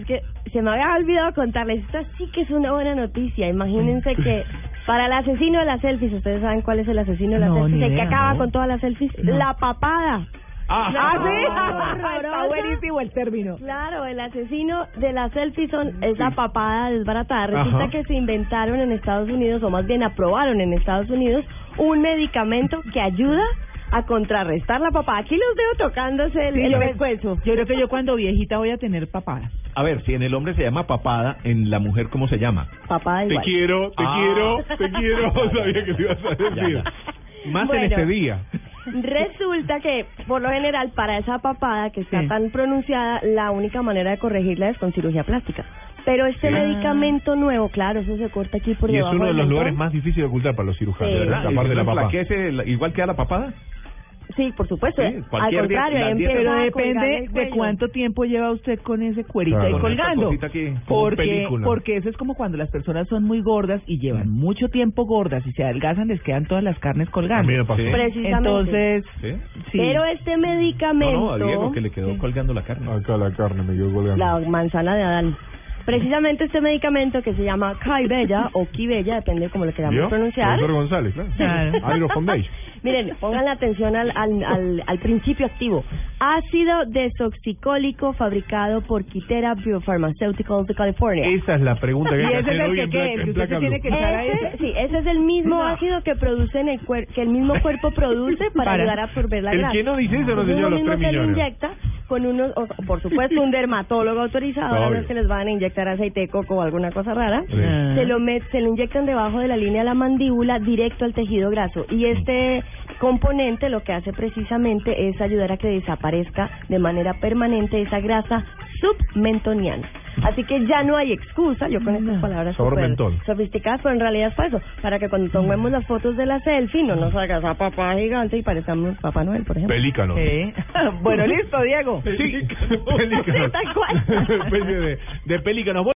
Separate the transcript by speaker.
Speaker 1: Es que se me había olvidado contarles, esta sí que es una buena noticia. Imagínense que para el asesino de las selfies, ustedes saben cuál es el asesino de las
Speaker 2: No,
Speaker 1: selfies,
Speaker 2: ni
Speaker 1: el que
Speaker 2: idea,
Speaker 1: acaba
Speaker 2: no.
Speaker 1: con todas las selfies,
Speaker 2: No.
Speaker 1: la papada.
Speaker 3: Ah,
Speaker 1: Horrorosa.
Speaker 2: Está buenísimo el término.
Speaker 1: Claro, el asesino de las selfies son, es la papada desbaratada. Resulta
Speaker 3: Ajá.
Speaker 1: que se inventaron en Estados Unidos, o más bien aprobaron en Estados Unidos, un medicamento que ayuda a contrarrestar la papada. Aquí los veo tocándose el,
Speaker 2: Sí,
Speaker 1: el
Speaker 2: yo-
Speaker 1: pescuezo.
Speaker 2: Yo creo que yo cuando viejita voy a tener papada.
Speaker 3: A ver, si en el hombre se llama papada, en la mujer, ¿cómo se llama?
Speaker 1: Papada
Speaker 4: Te
Speaker 1: igual.
Speaker 4: quiero, te
Speaker 3: Ah.
Speaker 4: quiero, te quiero. Sabía que te ibas a decir.
Speaker 3: Ya, Más
Speaker 1: Bueno.
Speaker 3: en este día.
Speaker 1: Resulta que, por lo general, para esa papada que está
Speaker 2: Sí.
Speaker 1: tan pronunciada, la única manera de corregirla es con cirugía plástica. Pero este
Speaker 3: Sí.
Speaker 1: medicamento nuevo, claro, eso se corta aquí por
Speaker 4: Y es
Speaker 1: debajo
Speaker 4: uno de
Speaker 1: del
Speaker 4: los lugares
Speaker 1: mentón.
Speaker 4: más difíciles de ocultar para los cirujanos,
Speaker 1: Sí.
Speaker 4: de verdad, aparte de la papá.
Speaker 3: ¿Enflaquece el- igual queda la papada?
Speaker 1: Sí, por supuesto.
Speaker 3: Sí,
Speaker 1: al
Speaker 3: cualquier
Speaker 1: contrario,
Speaker 3: día-
Speaker 1: ahí
Speaker 3: las diez-
Speaker 1: empieza
Speaker 2: Pero
Speaker 1: a colgarle
Speaker 2: depende
Speaker 1: el
Speaker 2: de
Speaker 1: cuello.
Speaker 2: cuánto tiempo lleva usted con ese cuerito
Speaker 4: Claro.
Speaker 2: ahí
Speaker 3: Con esta
Speaker 2: colgando.
Speaker 3: cosita aquí, como
Speaker 2: Porque,
Speaker 3: película. Mm.
Speaker 2: porque eso es como cuando las personas son muy gordas y llevan mucho tiempo gordas y se adelgazan, les quedan todas las carnes
Speaker 4: A
Speaker 2: colgando.
Speaker 4: mí me pasó.
Speaker 3: Sí.
Speaker 1: Precisamente.
Speaker 2: Entonces,
Speaker 3: ¿Sí?
Speaker 2: sí.
Speaker 1: Pero este
Speaker 3: No,
Speaker 1: medicamento...
Speaker 3: no, a Diego que le quedó colgando la carne.
Speaker 4: Acá la carne me quedó colgando.
Speaker 1: La manzana de Adán. Precisamente este medicamento que se ama Caibella o Quibella, depende de cómo lo queramos
Speaker 4: ¿Vio?
Speaker 1: pronunciar.
Speaker 4: Profesor González, claro.
Speaker 2: Claro.
Speaker 4: Ah, Ahí lo fundéis.
Speaker 1: Miren, pongan la atención al, al, al, al principio activo. Ácido desoxicólico fabricado por Quitera Biopharmaceuticals de California.
Speaker 4: Esa es la pregunta que
Speaker 2: Y
Speaker 4: hay que
Speaker 2: ese es
Speaker 4: hacer
Speaker 2: el
Speaker 4: hoy
Speaker 2: que
Speaker 4: en
Speaker 2: queda,
Speaker 4: Black,
Speaker 2: el que
Speaker 4: en
Speaker 2: usted
Speaker 4: Black and
Speaker 2: tiene
Speaker 4: Blue.
Speaker 2: que- ¿Esa es?
Speaker 1: Ese, sí, ese es el mismo
Speaker 2: No.
Speaker 1: ácido que produce en el cuer- que el mismo cuerpo produce para,
Speaker 2: Para.
Speaker 1: ayudar a absorber la
Speaker 4: El
Speaker 1: grasa.
Speaker 4: que no dice eso no
Speaker 1: Entonces,
Speaker 4: señala
Speaker 1: uno
Speaker 4: los
Speaker 1: mismo
Speaker 4: tres
Speaker 1: se lo
Speaker 4: millones.
Speaker 1: inyecta con unos, o- por supuesto, un dermatólogo autorizado, a no
Speaker 4: Obvio.
Speaker 1: es que les van a inyectar aceite de coco o alguna cosa rara.
Speaker 4: Sí.
Speaker 2: Ah.
Speaker 1: Se lo, met- se lo inyectan debajo de la línea de la mandíbula directo al tejido graso. Y este componente lo que hace precisamente es ayudar a que desaparezca de manera permanente esa grasa submentoniana. Así que ya no hay excusa, yo con estas palabras
Speaker 4: Sabor
Speaker 1: súper
Speaker 4: mentol.
Speaker 1: sofisticadas, pero en realidad es falso, para que cuando tomemos las fotos de la selfie no nos haga esa papá gigante y parezcamos Papá Noel, por ejemplo.
Speaker 4: Pelícano.
Speaker 2: Sí. Ah, bueno, listo, Diego.
Speaker 4: Sí, pelícano.
Speaker 1: Sí, tal cual.
Speaker 4: Especie de, de pelícano.